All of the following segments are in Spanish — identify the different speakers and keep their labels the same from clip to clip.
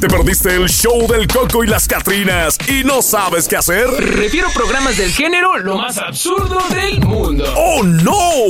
Speaker 1: ¿Te perdiste el show del Coco y las Catrinas y no sabes qué hacer?
Speaker 2: Refiero programas del género lo más absurdo del mundo.
Speaker 1: ¡Oh, no!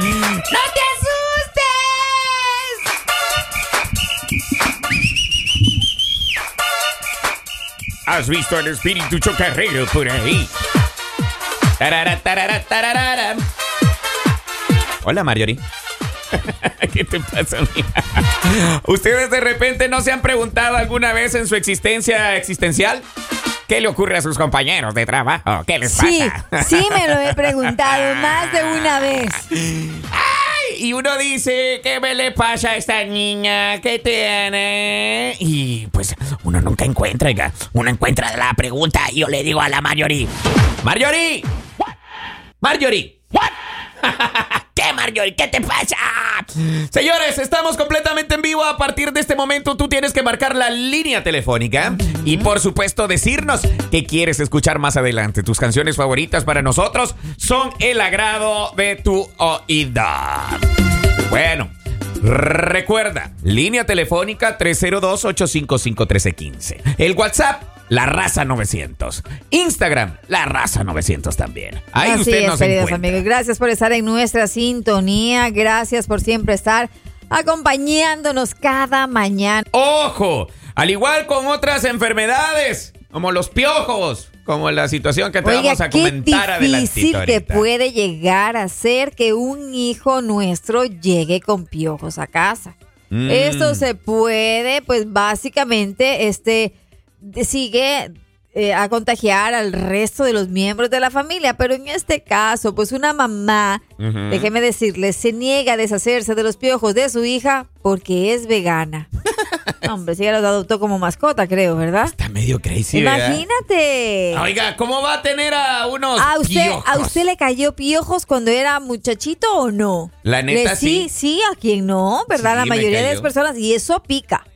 Speaker 3: ¡No te asustes!
Speaker 4: ¿Has visto al espíritu chocarrero por ahí? Tarara, tarara, tararara. Hola, Marjorie. ¿Qué te pasa, mía? ¿Ustedes de repente no se han preguntado alguna vez en su existencia existencial? ¿Qué le ocurre a sus compañeros de trabajo? ¿Qué les
Speaker 3: Sí,
Speaker 4: pasa?
Speaker 3: sí me lo he preguntado más de una vez.
Speaker 4: ¡Ay! Y uno dice, ¿qué me le pasa a esta niña? ¿Qué tiene? Y pues uno nunca encuentra, oiga. Uno encuentra la pregunta y yo le digo a la Marjorie, Marjorie, Marjorie, ¿Qué, Marjorie? ¿Qué te pasa? Señores, estamos completamente en vivo. A partir de este momento, tú tienes que marcar la línea telefónica y, por supuesto, decirnos qué quieres escuchar más adelante. Tus canciones favoritas para nosotros son el agrado de tu oído. Bueno. Recuerda, línea telefónica 302-855-1315. El WhatsApp, la raza 900. Instagram, la raza 900 también. Ahí
Speaker 3: Así
Speaker 4: usted
Speaker 3: es,
Speaker 4: nos
Speaker 3: queridos
Speaker 4: encuentra.
Speaker 3: amigos. Gracias por estar en nuestra sintonía. Gracias por siempre estar acompañándonos cada mañana.
Speaker 4: ¡Ojo! Al igual con otras enfermedades, como los piojos, como la situación que te
Speaker 3: Oiga,
Speaker 4: vamos a
Speaker 3: qué
Speaker 4: comentar
Speaker 3: difícil
Speaker 4: adelantito
Speaker 3: que
Speaker 4: ahorita.
Speaker 3: puede llegar a ser que un hijo nuestro llegue con piojos a casa.
Speaker 4: Mm.
Speaker 3: Esto se puede, pues básicamente, este de- sigue eh, a contagiar al resto de los miembros de la familia, pero en este caso, pues una mamá,
Speaker 4: Ujú.
Speaker 3: déjeme decirle, se niega a deshacerse de los piojos de su hija porque es vegana. Hombre, si ella los adoptó como mascota, creo, ¿verdad?
Speaker 4: Está medio crazy, ¿verdad?
Speaker 3: Imagínate.
Speaker 4: Oiga, ¿cómo va a tener a unos
Speaker 3: ¿A usted, ¿A
Speaker 4: piojos?
Speaker 3: usted le cayó piojos cuando era muchachito o no?
Speaker 4: La neta,
Speaker 3: Le-
Speaker 4: sí.
Speaker 3: Sí, a quien no, ¿verdad?
Speaker 4: Sí,
Speaker 3: la
Speaker 4: me
Speaker 3: mayoría de
Speaker 4: cayó.
Speaker 3: las personas. Y eso pica.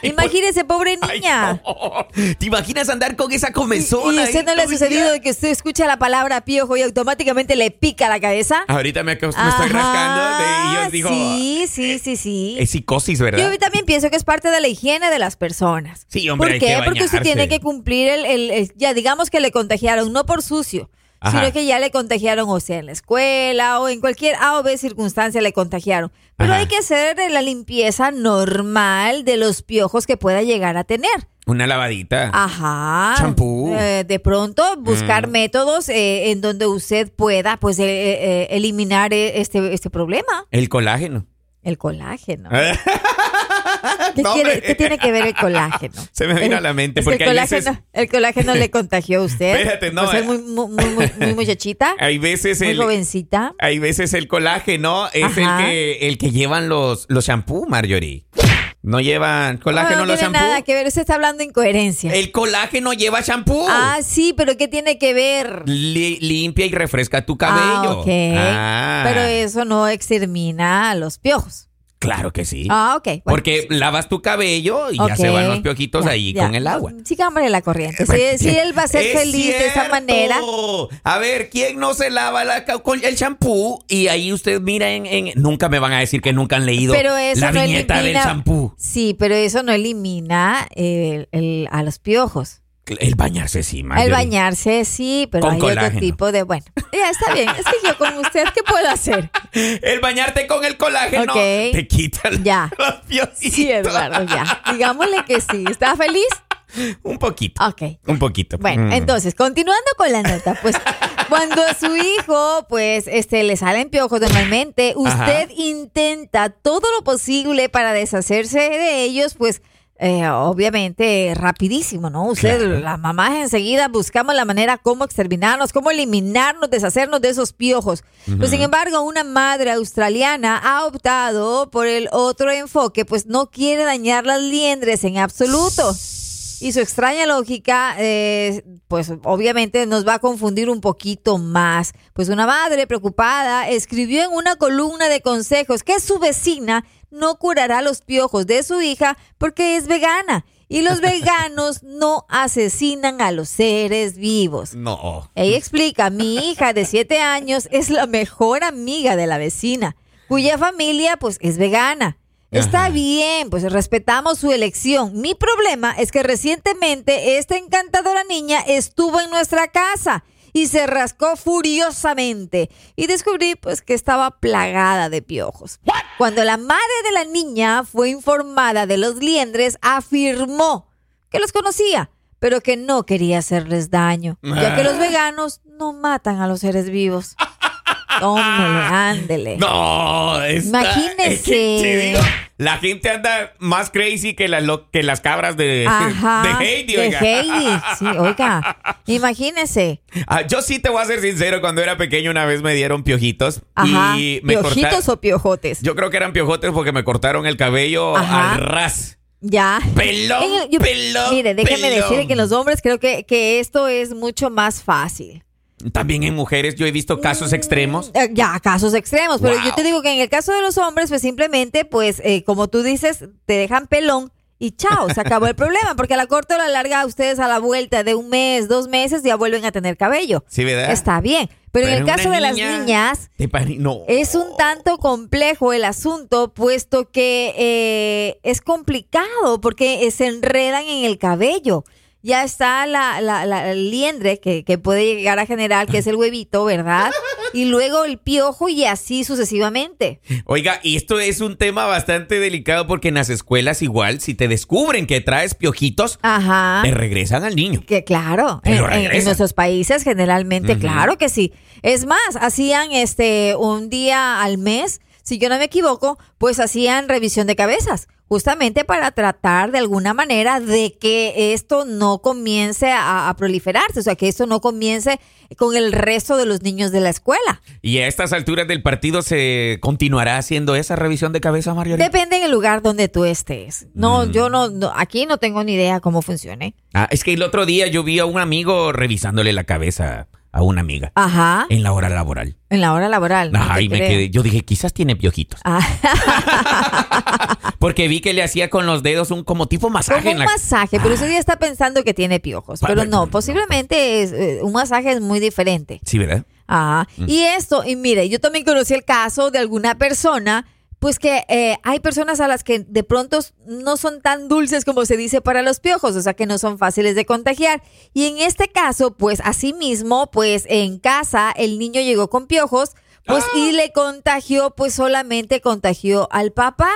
Speaker 3: Imagínese, pobre
Speaker 4: Ay,
Speaker 3: niña.
Speaker 4: no. ¿Te imaginas andar con esa comezona?
Speaker 3: ¿Y a
Speaker 4: ahí
Speaker 3: usted no le ha
Speaker 4: todo el
Speaker 3: sucedido
Speaker 4: día?
Speaker 3: de que usted escucha la palabra piojo y automáticamente le pica la cabeza?
Speaker 4: Ahorita me, acos- Ah, pues me estoy rascando de, y
Speaker 3: Ajá,
Speaker 4: yo digo, eh,
Speaker 3: Sí, sí, sí, sí.
Speaker 4: es psicosis, ¿verdad?
Speaker 3: Yo también pienso que es parte de la higiene de las personas.
Speaker 4: Sí, hombre,
Speaker 3: ¿Por
Speaker 4: hay
Speaker 3: qué?
Speaker 4: que
Speaker 3: Porque usted
Speaker 4: bañarse.
Speaker 3: tiene que cumplir el, el- el- ya digamos que le contagiaron, no por sucio,
Speaker 4: Ajá.
Speaker 3: sino que ya le contagiaron, o sea, en la escuela o en cualquier A o B circunstancia le contagiaron. Pero
Speaker 4: Ajá.
Speaker 3: hay que hacer la limpieza normal de los piojos que pueda llegar a tener.
Speaker 4: Una lavadita.
Speaker 3: Ah. Ajá.
Speaker 4: Champú. Mm.
Speaker 3: Eh, de pronto, buscar métodos eh, en donde usted pueda, pues, eh, eh, eh, eliminar eh, este, este problema,
Speaker 4: El colágeno.
Speaker 3: el colágeno. ¿Qué,
Speaker 4: No,
Speaker 3: quiere-
Speaker 4: hombre.
Speaker 3: qué tiene que ver el colágeno?
Speaker 4: Se me vino
Speaker 3: El-
Speaker 4: a la mente,
Speaker 3: es
Speaker 4: porque
Speaker 3: el
Speaker 4: hay
Speaker 3: colágeno,
Speaker 4: veces-
Speaker 3: el colágeno le contagió a usted.
Speaker 4: Espérate, no,
Speaker 3: Por ser
Speaker 4: eh.
Speaker 3: muy, muy, muy, muy- muy muchachita,
Speaker 4: Hay veces
Speaker 3: muy
Speaker 4: el,
Speaker 3: jovencita.
Speaker 4: Hay veces el colágeno es el
Speaker 3: Ajá.
Speaker 4: que, el que llevan los, los shampoo, Marjorie. No llevan colágeno
Speaker 3: no, no
Speaker 4: los
Speaker 3: tiene
Speaker 4: shampoo.
Speaker 3: nada que ver, usted está hablando de incoherencia.
Speaker 4: El colágeno lleva shampoo.
Speaker 3: Ah, sí, pero ¿qué tiene que ver?
Speaker 4: Li- limpia y refresca tu
Speaker 3: Ah,
Speaker 4: cabello.
Speaker 3: ok.
Speaker 4: Ah,
Speaker 3: Pero eso no extermina a los piojos.
Speaker 4: Claro que sí.
Speaker 3: Ah, ok. bueno,
Speaker 4: Porque lavas tu cabello y ya
Speaker 3: ok,
Speaker 4: se van los piojitos
Speaker 3: ya,
Speaker 4: ahí
Speaker 3: ya.
Speaker 4: con el agua.
Speaker 3: Sigámosle la corriente. Si, si él va a ser
Speaker 4: Es
Speaker 3: feliz de esa
Speaker 4: cierto.
Speaker 3: manera,
Speaker 4: A ver, ¿quién no se lava la ca- con el champú? Y ahí usted mira en, en- Nunca me van a decir que nunca han leído
Speaker 3: Pero eso
Speaker 4: la
Speaker 3: no
Speaker 4: viñeta del
Speaker 3: elimina-
Speaker 4: champú.
Speaker 3: sí, pero eso no elimina eh, el- el- a los piojos.
Speaker 4: El bañarse, sí,
Speaker 3: El
Speaker 4: Marjorie.
Speaker 3: bañarse, sí, pero
Speaker 4: Ah, Con
Speaker 3: hay otro
Speaker 4: colágeno.
Speaker 3: tipo de. Bueno, ya está bien. Es que yo con usted, ¿qué puedo hacer?
Speaker 4: El bañarte con el colágeno
Speaker 3: Ok.
Speaker 4: te quita los-
Speaker 3: Ya.
Speaker 4: los piositos.
Speaker 3: Sí, Eduardo, ya. Digámosle que sí. ¿Está feliz?
Speaker 4: Un poquito.
Speaker 3: Ok.
Speaker 4: Un poquito.
Speaker 3: Bueno,
Speaker 4: Mm.
Speaker 3: entonces, continuando con la nota, pues cuando a su hijo, pues, este, le salen piojos normalmente, usted intenta todo lo posible para deshacerse de ellos, pues, eh, obviamente, rapidísimo, ¿no? Usted,
Speaker 4: Claro.
Speaker 3: las mamás enseguida buscamos la manera cómo exterminarnos, cómo eliminarnos, deshacernos de esos piojos. Pues, sin embargo, una madre australiana ha optado por el otro enfoque, pues no quiere dañar las liendres en absoluto. Y su extraña lógica, eh, pues obviamente nos va a confundir un poquito más. Pues una madre preocupada escribió en una columna de consejos que su vecina no curará los piojos de su hija porque es vegana. Y los veganos no asesinan a los seres vivos.
Speaker 4: No.
Speaker 3: Eh. Ella explica, mi hija de 7 años es la mejor amiga de la vecina. cuya familia pues es vegana. Está bien, pues respetamos su elección. Mi problema es que recientemente esta encantadora niña estuvo en nuestra casa y se rascó furiosamente y descubrí pues que estaba plagada de piojos. Cuando la madre de la niña fue informada de los liendres, afirmó que los conocía, pero que no quería hacerles daño, ya
Speaker 4: Ah.
Speaker 3: que los veganos no matan a los seres vivos. Tómele, ándele.
Speaker 4: No, está-
Speaker 3: Imagínese.
Speaker 4: es que te digo, la gente anda más crazy que las, lo- que las cabras de,
Speaker 3: Ajá.
Speaker 4: de Heidi,
Speaker 3: de
Speaker 4: oiga.
Speaker 3: Heidi, sí, oiga. Imagínese.
Speaker 4: Ah, yo sí te voy a ser sincero, cuando era pequeño una vez me dieron piojitos
Speaker 3: Ajá.
Speaker 4: y me
Speaker 3: ¿Piojitos
Speaker 4: cortaron.
Speaker 3: o piojotes?
Speaker 4: Yo creo que eran piojotes porque me cortaron el cabello
Speaker 3: Ajá.
Speaker 4: al ras.
Speaker 3: ya.
Speaker 4: Pelón,
Speaker 3: Eh, yo-
Speaker 4: pelón,
Speaker 3: Mire, déjeme
Speaker 4: pelón.
Speaker 3: decirle que en los hombres creo que, que esto es mucho más fácil.
Speaker 4: También en mujeres yo he visto casos extremos.
Speaker 3: Eh, ya, casos extremos. Pero
Speaker 4: Wow.
Speaker 3: yo te digo que en el caso de los hombres, pues simplemente, pues, eh, como tú dices, te dejan pelón. Y chao, se acabó el problema, porque a la corta o a la larga ustedes a la vuelta de un mes, dos meses, ya vuelven a tener cabello.
Speaker 4: Sí, ¿verdad?
Speaker 3: Está bien. Pero, en el
Speaker 4: una
Speaker 3: caso de las
Speaker 4: niña-
Speaker 3: niñas,
Speaker 4: Te pare- No.
Speaker 3: Es un tanto complejo el asunto, puesto que eh, es complicado porque eh, se enredan en el cabello. Ya está la, la- la- el liendre que, que puede llegar a generar, que es el huevito, ¿verdad? Y luego el piojo y así sucesivamente.
Speaker 4: Oiga, y esto es un tema bastante delicado porque en las escuelas igual, si te descubren que traes piojitos,
Speaker 3: Ajá.
Speaker 4: te regresan al niño.
Speaker 3: Que claro,
Speaker 4: Pero
Speaker 3: en- en, en
Speaker 4: regresa.
Speaker 3: nuestros países generalmente, claro que sí. Es más, hacían este un día al mes, si yo no me equivoco, pues hacían revisión de cabezas, justamente para tratar de alguna manera de que esto no comience a, a proliferarse, o sea, que esto no comience con el resto de los niños de la escuela.
Speaker 4: Y a estas alturas del partido se continuará haciendo esa revisión de cabeza, Mario.
Speaker 3: Depende del lugar donde tú estés. No,
Speaker 4: Mm.
Speaker 3: yo no, no- aquí no tengo ni idea cómo funcione.
Speaker 4: Ah, es que el otro día yo vi a un amigo revisándole la cabeza a una amiga
Speaker 3: Ajá,
Speaker 4: en la hora laboral.
Speaker 3: en la hora laboral. Ah.
Speaker 4: Eh.
Speaker 3: no
Speaker 4: Ajá,
Speaker 3: te
Speaker 4: y me
Speaker 3: creo.
Speaker 4: quedé. Yo dije, quizás tiene piojitos.
Speaker 3: Ah.
Speaker 4: Porque vi que le hacía con los dedos un como tipo masaje
Speaker 3: Como
Speaker 4: en
Speaker 3: un
Speaker 4: la Ah.
Speaker 3: masaje, pero usted ya está pensando que tiene piojos.
Speaker 4: Pa-
Speaker 3: Pero
Speaker 4: bueno,
Speaker 3: no,
Speaker 4: no.
Speaker 3: posiblemente es, eh, un masaje es muy diferente.
Speaker 4: Sí, ¿verdad?
Speaker 3: Ajá. Ah, Y esto, y mire, yo también conocí el caso de alguna persona, pues que eh, hay personas a las que de pronto no son tan dulces como se dice para los piojos, o sea que no son fáciles de contagiar. Y en este caso, pues asimismo, pues en casa el niño llegó con piojos, pues y le contagió, pues solamente contagió al papá.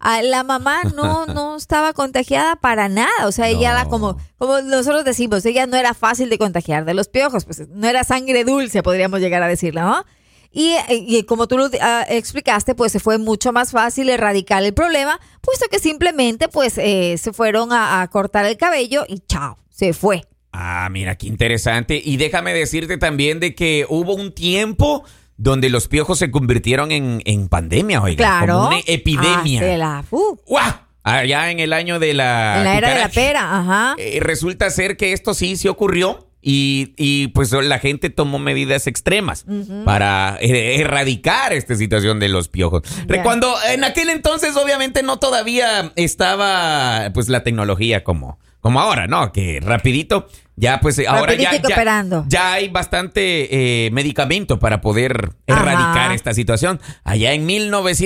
Speaker 3: A la mamá no, no estaba contagiada para nada. O sea, ella era
Speaker 4: No.
Speaker 3: como, como nosotros decimos, ella no era fácil de contagiar de los piojos, pues no era sangre dulce, podríamos llegar a decirlo, ¿no? Y, y como tú lo ah, explicaste, pues se fue mucho más fácil erradicar el problema, puesto que simplemente pues eh, se fueron a, a cortar el cabello y chao, se fue.
Speaker 4: Ah, mira, qué interesante. Y déjame decirte también de que hubo un tiempo donde los piojos se convirtieron en, en pandemia, oiga.
Speaker 3: Claro.
Speaker 4: Como una
Speaker 3: Ah, se
Speaker 4: epidemia. Ah,
Speaker 3: la- uh,
Speaker 4: ¡Guau! Allá en el año de la...
Speaker 3: en la era de la
Speaker 4: cucaracha.
Speaker 3: pera, ajá.
Speaker 4: Eh, resulta ser que esto sí, sí ocurrió. Y, y, pues la gente tomó medidas extremas para eh, erradicar esta situación de los piojos. Re-
Speaker 3: Ya.
Speaker 4: Cuando en aquel entonces obviamente no todavía estaba pues la tecnología como, como ahora, ¿no? Que rapidito, ya pues eh, ahora ya,
Speaker 3: Rapidito y
Speaker 4: ya-
Speaker 3: cooperando.
Speaker 4: ya hay bastante eh, medicamento para poder erradicar
Speaker 3: Ajá.
Speaker 4: esta situación. Allá en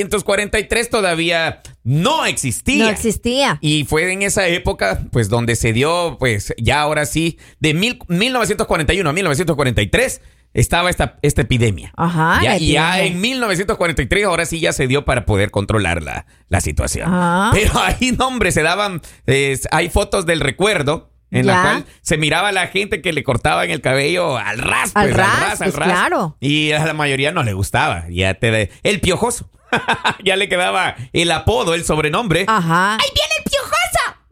Speaker 4: 1943 todavía no existía.
Speaker 3: No existía.
Speaker 4: Y fue en esa época, pues, donde se dio, pues, ya ahora sí, de mil- 1941 a 1943, estaba esta, esta epidemia.
Speaker 3: Ajá,
Speaker 4: Ya,
Speaker 3: la
Speaker 4: y ya
Speaker 3: epidemia.
Speaker 4: en 1943, ahora sí ya se dio para poder controlar la, la situación.
Speaker 3: Ajá.
Speaker 4: Pero ahí, no, hombre, se daban, eh, hay fotos del recuerdo. En la
Speaker 3: Ya.
Speaker 4: cual se miraba a la gente que le cortaban el cabello al ras,
Speaker 3: Al
Speaker 4: pues,
Speaker 3: ras, pues, claro.
Speaker 4: Y a la mayoría no le gustaba. Ya te de- el piojoso. ya le quedaba el apodo, el sobrenombre.
Speaker 3: Ajá.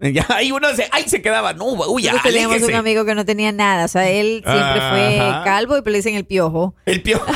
Speaker 4: Ya, ahí uno se, ahí se quedaba, no, uy, ya,
Speaker 3: Nosotros teníamos
Speaker 4: aléjese.
Speaker 3: un amigo que no tenía nada, o sea, él siempre
Speaker 4: Ajá.
Speaker 3: fue calvo y le dicen el piojo.
Speaker 4: El piojo.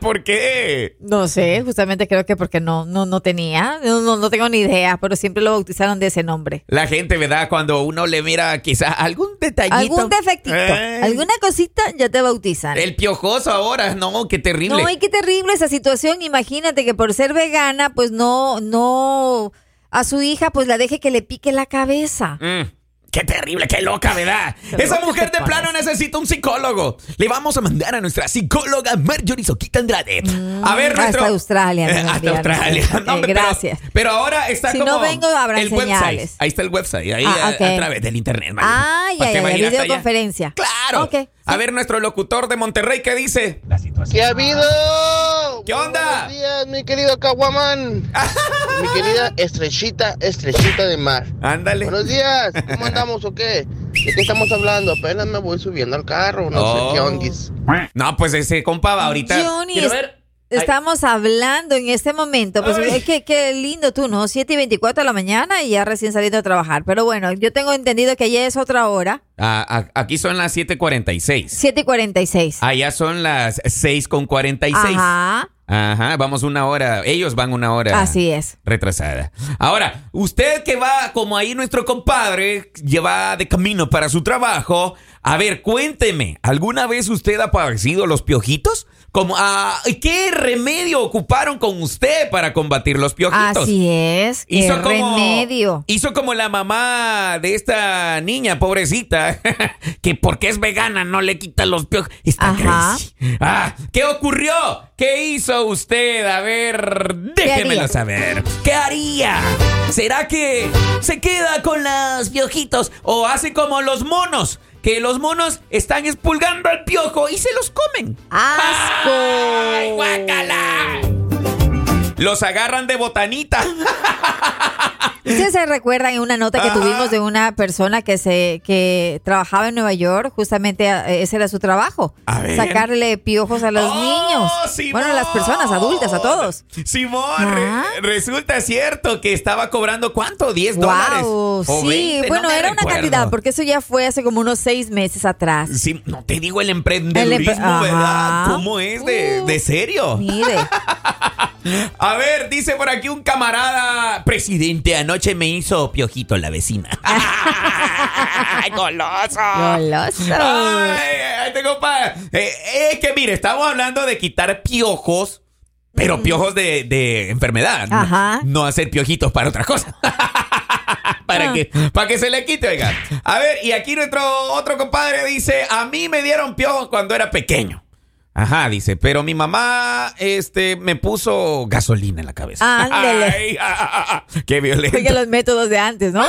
Speaker 4: ¿Por qué?
Speaker 3: No sé, justamente creo que porque no, no, no tenía, no, no, no tengo ni idea, pero siempre lo bautizaron de ese nombre.
Speaker 4: La gente, ¿verdad? Cuando uno le mira quizás algún detallito.
Speaker 3: Algún defectito,
Speaker 4: Ey.
Speaker 3: alguna cosita ya te bautizan.
Speaker 4: El piojoso ahora, no, qué terrible.
Speaker 3: No, y qué terrible esa situación. Imagínate que por ser vegana, pues no, no, a su hija, pues la deje que le pique la cabeza.
Speaker 4: Mm, Qué terrible, qué loca, ¿verdad? Esa mujer de plano necesita un psicólogo. Le vamos a mandar a nuestra psicóloga Marjorie Soquita Andrade. a ver,
Speaker 3: Mm, hasta
Speaker 4: nuestro...
Speaker 3: Australia nos
Speaker 4: Eh, hasta
Speaker 3: enviaron.
Speaker 4: Australia.
Speaker 3: Ok,
Speaker 4: No, hombre, pero-
Speaker 3: gracias.
Speaker 4: Pero, ahora está
Speaker 3: Si
Speaker 4: como
Speaker 3: no vengo, habrá
Speaker 4: el website.
Speaker 3: señales.
Speaker 4: Ahí está el website, ahí
Speaker 3: Ah,
Speaker 4: a- a,
Speaker 3: ok.
Speaker 4: través del internet. Marjorie.
Speaker 3: Ah,
Speaker 4: ¿Para
Speaker 3: ya,
Speaker 4: qué
Speaker 3: ya,
Speaker 4: va a
Speaker 3: ya,
Speaker 4: ir hasta allá?
Speaker 3: videoconferencia.
Speaker 4: Claro.
Speaker 3: Ok,
Speaker 4: A
Speaker 3: sí.
Speaker 4: ver, nuestro locutor de Monterrey, ¿qué dice?
Speaker 5: ¿Qué ha habido?
Speaker 4: ¿Qué
Speaker 5: Muy
Speaker 4: onda?
Speaker 5: Buenos días, mi querido Caguaman. mi querida estrellita, estrellita de mar.
Speaker 4: Ándale.
Speaker 5: Buenos días, ¿cómo andamos o qué? ¿De qué estamos hablando? Apenas me voy subiendo al carro, no
Speaker 4: Oh.
Speaker 5: sé qué onguis.
Speaker 4: No, pues ese compa va ahorita.
Speaker 3: Johnny,
Speaker 4: Quiero
Speaker 3: es-
Speaker 4: ver.
Speaker 3: Estamos hablando en este momento. Pues
Speaker 4: Ay.
Speaker 3: es que qué lindo tú, ¿no? 7 y 24 de la mañana y ya recién saliendo a trabajar. Pero bueno, yo tengo entendido que ya es otra hora.
Speaker 4: Ah, ah, aquí son las 7:46.
Speaker 3: 7 y 46.
Speaker 4: Allá son las 6:46.
Speaker 3: Ajá.
Speaker 4: Ajá, vamos una hora. Ellos van una hora.
Speaker 3: Así es.
Speaker 4: Retrasada. Ahora, usted que va, como ahí nuestro compadre, lleva de camino para su trabajo. A ver, cuénteme, ¿alguna vez usted ha padecido los piojitos? Como, ah, ¿Qué remedio ocuparon con usted para combatir los piojitos?
Speaker 3: Así es. Qué remedio.
Speaker 4: Hizo como la mamá de esta niña, pobrecita, que porque es vegana no le quita los piojos. Está
Speaker 3: Ajá.
Speaker 4: crazy. Ah, ¿Qué ocurrió? ¿Qué hizo usted? A ver, déjemelo
Speaker 3: haría?
Speaker 4: saber. ¿Qué haría? ¿Será que se queda con los piojitos o hace como los monos? Que los monos están expulgando al piojo y se los comen.
Speaker 3: ¡Asco!
Speaker 4: ¡Ay, guácala! Los agarran de botanita.
Speaker 3: Ustedes se recuerdan en una nota que
Speaker 4: Ajá.
Speaker 3: tuvimos de una persona que se que trabajaba en Nueva York, justamente eh, ese era su trabajo,
Speaker 4: A ver.
Speaker 3: sacarle piojos a los
Speaker 4: ¡Oh,
Speaker 3: niños,
Speaker 4: Simón!
Speaker 3: bueno a las personas adultas, a todos.
Speaker 4: Simón,
Speaker 3: Ah.
Speaker 4: re- resulta cierto que estaba cobrando ¿cuánto? ¿10 dólares?
Speaker 3: Wow,
Speaker 4: O
Speaker 3: sí,
Speaker 4: 20, no
Speaker 3: bueno
Speaker 4: me
Speaker 3: era una
Speaker 4: recuerdo.
Speaker 3: cantidad porque eso ya fue hace como unos seis meses atrás.
Speaker 4: Sí, no te digo el emprendedurismo,
Speaker 3: El empre-
Speaker 4: ¿verdad?
Speaker 3: Ajá.
Speaker 4: ¿Cómo es de,
Speaker 3: Uh.
Speaker 4: de serio?
Speaker 3: Mire,
Speaker 4: A ver, dice por aquí un camarada presidente, anoche me hizo piojito la vecina. ¡Ay, goloso!
Speaker 3: goloso.
Speaker 4: Ay, ay, tengo pa- Eh, eh, que mire, estamos hablando de quitar piojos, pero piojos de, de enfermedad. ¿no?
Speaker 3: Ajá.
Speaker 4: No, hacer piojitos para otra cosa. para,
Speaker 3: Ah.
Speaker 4: que, para que se le quite, oiga. A ver, y aquí nuestro otro compadre dice, a mí me dieron piojos cuando era pequeño. Ajá, dice, pero mi mamá este, me puso gasolina en la cabeza.
Speaker 3: Ándele. Pues
Speaker 4: Ay, ah, ah, ah, ah. qué violento.
Speaker 3: Oiga, los métodos de antes, ¿no?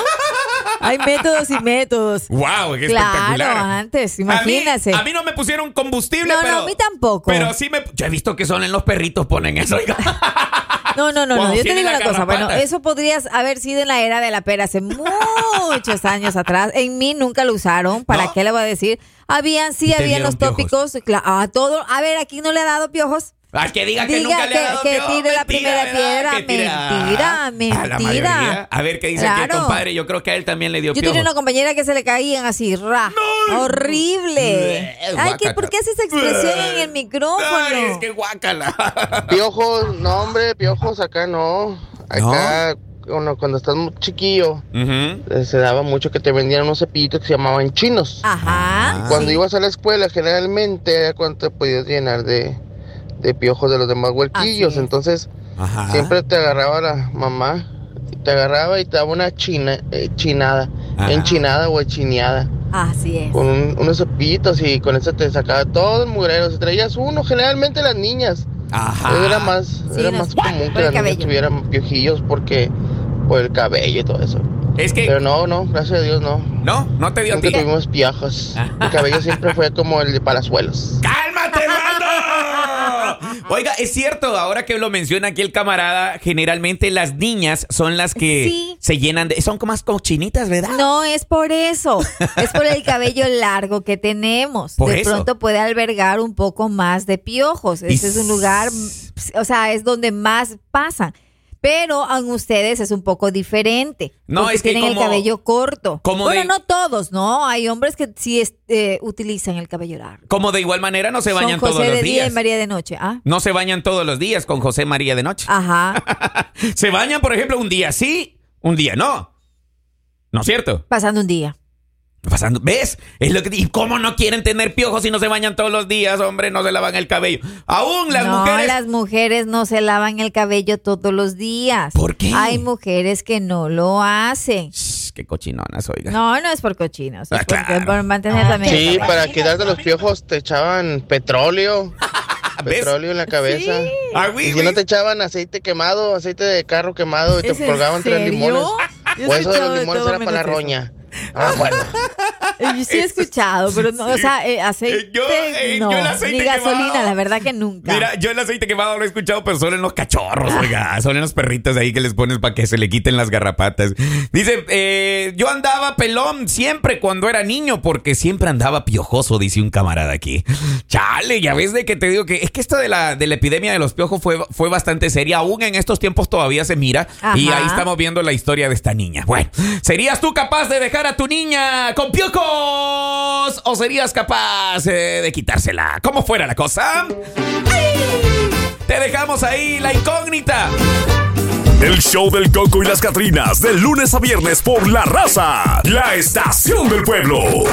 Speaker 3: Hay métodos y métodos.
Speaker 4: Wow, qué
Speaker 3: Claro,
Speaker 4: espectacular.
Speaker 3: antes,
Speaker 4: A mí-
Speaker 3: imagínese.
Speaker 4: A mí, no me pusieron combustible,
Speaker 3: No, no,
Speaker 4: pero.
Speaker 3: a mí tampoco.
Speaker 4: Pero sí me. Yo he visto que son en los perritos ponen eso. oiga.
Speaker 3: No, no, no,
Speaker 4: Cuando
Speaker 3: no. Yo te
Speaker 4: tiene
Speaker 3: digo
Speaker 4: la
Speaker 3: una cosa. Bueno,
Speaker 4: garrapata.
Speaker 3: eso podrías haber sido en la era de la pera hace muchos años atrás. En mí nunca lo usaron. ¿Para
Speaker 4: ¿No?
Speaker 3: qué le voy a decir? Habían, sí,
Speaker 4: Y te
Speaker 3: habían los
Speaker 4: dieron
Speaker 3: tópicos. cla- A todo. A ver, aquí no le ha dado piojos.
Speaker 4: Al que diga que
Speaker 3: Diga
Speaker 4: nunca le ha
Speaker 3: que-
Speaker 4: dado
Speaker 3: que
Speaker 4: piojo,
Speaker 3: tire la
Speaker 4: mentira,
Speaker 3: primera
Speaker 4: ¿verdad?
Speaker 3: piedra,
Speaker 4: Que tira.
Speaker 3: mentira,
Speaker 4: A la
Speaker 3: mentira.
Speaker 4: mayoría. A ver qué dice aquí el
Speaker 3: Claro.
Speaker 4: compadre. Yo creo que a él también le dio
Speaker 3: Yo tenía
Speaker 4: piojo.
Speaker 3: una compañera que se le caían así, ra. Horrible.
Speaker 4: Bleh,
Speaker 3: Ay, ¿qué,
Speaker 4: guácata.
Speaker 3: ¿por qué haces esa expresión en el
Speaker 4: Ay, es
Speaker 3: micrófono?
Speaker 4: que guácala.
Speaker 5: Piojos, no hombre, piojos acá no. Acá, bueno, cuando estás muy chiquillo,
Speaker 4: Ujú.
Speaker 5: eh, se daba mucho que te vendían unos cepillitos que se llamaban chinos.
Speaker 4: Ah,
Speaker 3: Ajá.
Speaker 5: Cuando
Speaker 3: sí.
Speaker 5: ibas a la escuela, generalmente era cuando te podías llenar de, de piojos de los demás huerquillos.
Speaker 3: Así es.
Speaker 5: Entonces,
Speaker 4: Ajá.
Speaker 5: siempre te agarraba la mamá, te agarraba y te daba una china, eh, chinada,
Speaker 4: Ajá.
Speaker 5: enchinada o chineada,
Speaker 4: Ah.
Speaker 3: Así es.
Speaker 5: con un- unos cepillitos y con eso te sacaba todo el mugrero. Si traías uno, generalmente las niñas.
Speaker 4: Ajá.
Speaker 5: Era más,
Speaker 3: Sí,
Speaker 5: era
Speaker 3: no
Speaker 5: más
Speaker 3: sé.
Speaker 5: común
Speaker 3: Por
Speaker 5: que
Speaker 3: el
Speaker 5: las niñas
Speaker 3: cabello.
Speaker 5: tuvieran piojillos porque por el cabello y todo eso.
Speaker 4: Es que.
Speaker 5: Pero no, no, gracias a Dios no.
Speaker 4: No, no te dio
Speaker 5: Nunca
Speaker 4: tiempo.
Speaker 5: tuvimos piojos. Mi cabello siempre fue como el de Palazuelos.
Speaker 4: ¡Cálmate, Eduardo! Oiga, es cierto, ahora que lo menciona aquí el camarada, generalmente las niñas son las que
Speaker 3: Sí.
Speaker 4: se llenan de. Son como más cochinitas, ¿verdad?
Speaker 3: No es por eso, es por el cabello largo que tenemos.
Speaker 4: Por
Speaker 3: de
Speaker 4: eso.
Speaker 3: pronto puede albergar un poco más de piojos.
Speaker 4: Y
Speaker 3: Este es un lugar,
Speaker 4: s-
Speaker 3: o sea, es donde más pasan. Pero en ustedes es un poco diferente.
Speaker 4: No,
Speaker 3: porque
Speaker 4: es que
Speaker 3: tienen
Speaker 4: como-
Speaker 3: el cabello corto.
Speaker 4: como
Speaker 3: bueno,
Speaker 4: de-
Speaker 3: no todos, ¿no? Hay hombres que sí este, utilizan el cabello largo.
Speaker 4: Como de igual manera no se
Speaker 3: Son
Speaker 4: bañan
Speaker 3: José
Speaker 4: todos
Speaker 3: de
Speaker 4: los
Speaker 3: día y
Speaker 4: días.
Speaker 3: María de noche. Ah,
Speaker 4: No se bañan todos los días con José María de noche.
Speaker 3: ajá.
Speaker 4: Se bañan, por ejemplo, un día sí, un día no. ¿No es cierto?
Speaker 3: Pasando un día.
Speaker 4: Pasando, ¿ves? Es lo que y cómo no quieren tener piojos si no se bañan todos los días, hombre, no se lavan el cabello. Aún las
Speaker 3: no,
Speaker 4: mujeres
Speaker 3: las mujeres no se lavan el cabello todos los días.
Speaker 4: ¿Por qué?
Speaker 3: Hay mujeres que no lo hacen.
Speaker 4: qué cochinonas, oiga.
Speaker 3: No, no es por cochinos. Es
Speaker 4: Ah,
Speaker 3: porque-
Speaker 4: claro.
Speaker 3: por mantener también.
Speaker 5: Sí, para quitarte los piojos te echaban petróleo.
Speaker 4: ¿Ves?
Speaker 5: Petróleo en la cabeza.
Speaker 4: Ah,
Speaker 5: Y
Speaker 4: güey,
Speaker 5: si no
Speaker 4: güey.
Speaker 5: te echaban aceite quemado, aceite de carro quemado y te
Speaker 3: ¿Es en
Speaker 5: colgaban tres
Speaker 3: serio?
Speaker 5: limones.
Speaker 3: Yo he
Speaker 5: O eso de
Speaker 3: escuchado
Speaker 5: los
Speaker 3: de
Speaker 5: limones
Speaker 3: todo
Speaker 5: era para la
Speaker 3: menos eso.
Speaker 5: roña. Ah, bueno.
Speaker 3: Eh, yo sí he escuchado, pero no, o sea, eh, aceite.
Speaker 4: Eh, yo- eh, yo
Speaker 3: no,
Speaker 4: el aceite
Speaker 3: ni
Speaker 4: quemado.
Speaker 3: gasolina, la verdad que nunca.
Speaker 4: Mira, yo el aceite quemado lo he escuchado, pero solo en los cachorros, oiga. Solo en los perritos ahí que les pones para que se le quiten las garrapatas. Dice, eh, yo andaba pelón siempre cuando era niño, porque siempre andaba piojoso, dice un camarada aquí. Chale, ya ves de que te digo que es que esta de la, de la epidemia de los piojos fue, fue bastante seria. Aún en estos tiempos todavía se mira. Y
Speaker 3: Ajá.
Speaker 4: ahí estamos viendo la historia de esta niña. Bueno, ¿serías tú capaz de dejar a tu niña con piojos? ¿O serías capaz eh, de quitársela? ¿Cómo fuera la cosa? Te dejamos ahí la incógnita.
Speaker 1: El show del Coco y las Catrinas, de lunes a viernes por La Raza, la estación del pueblo.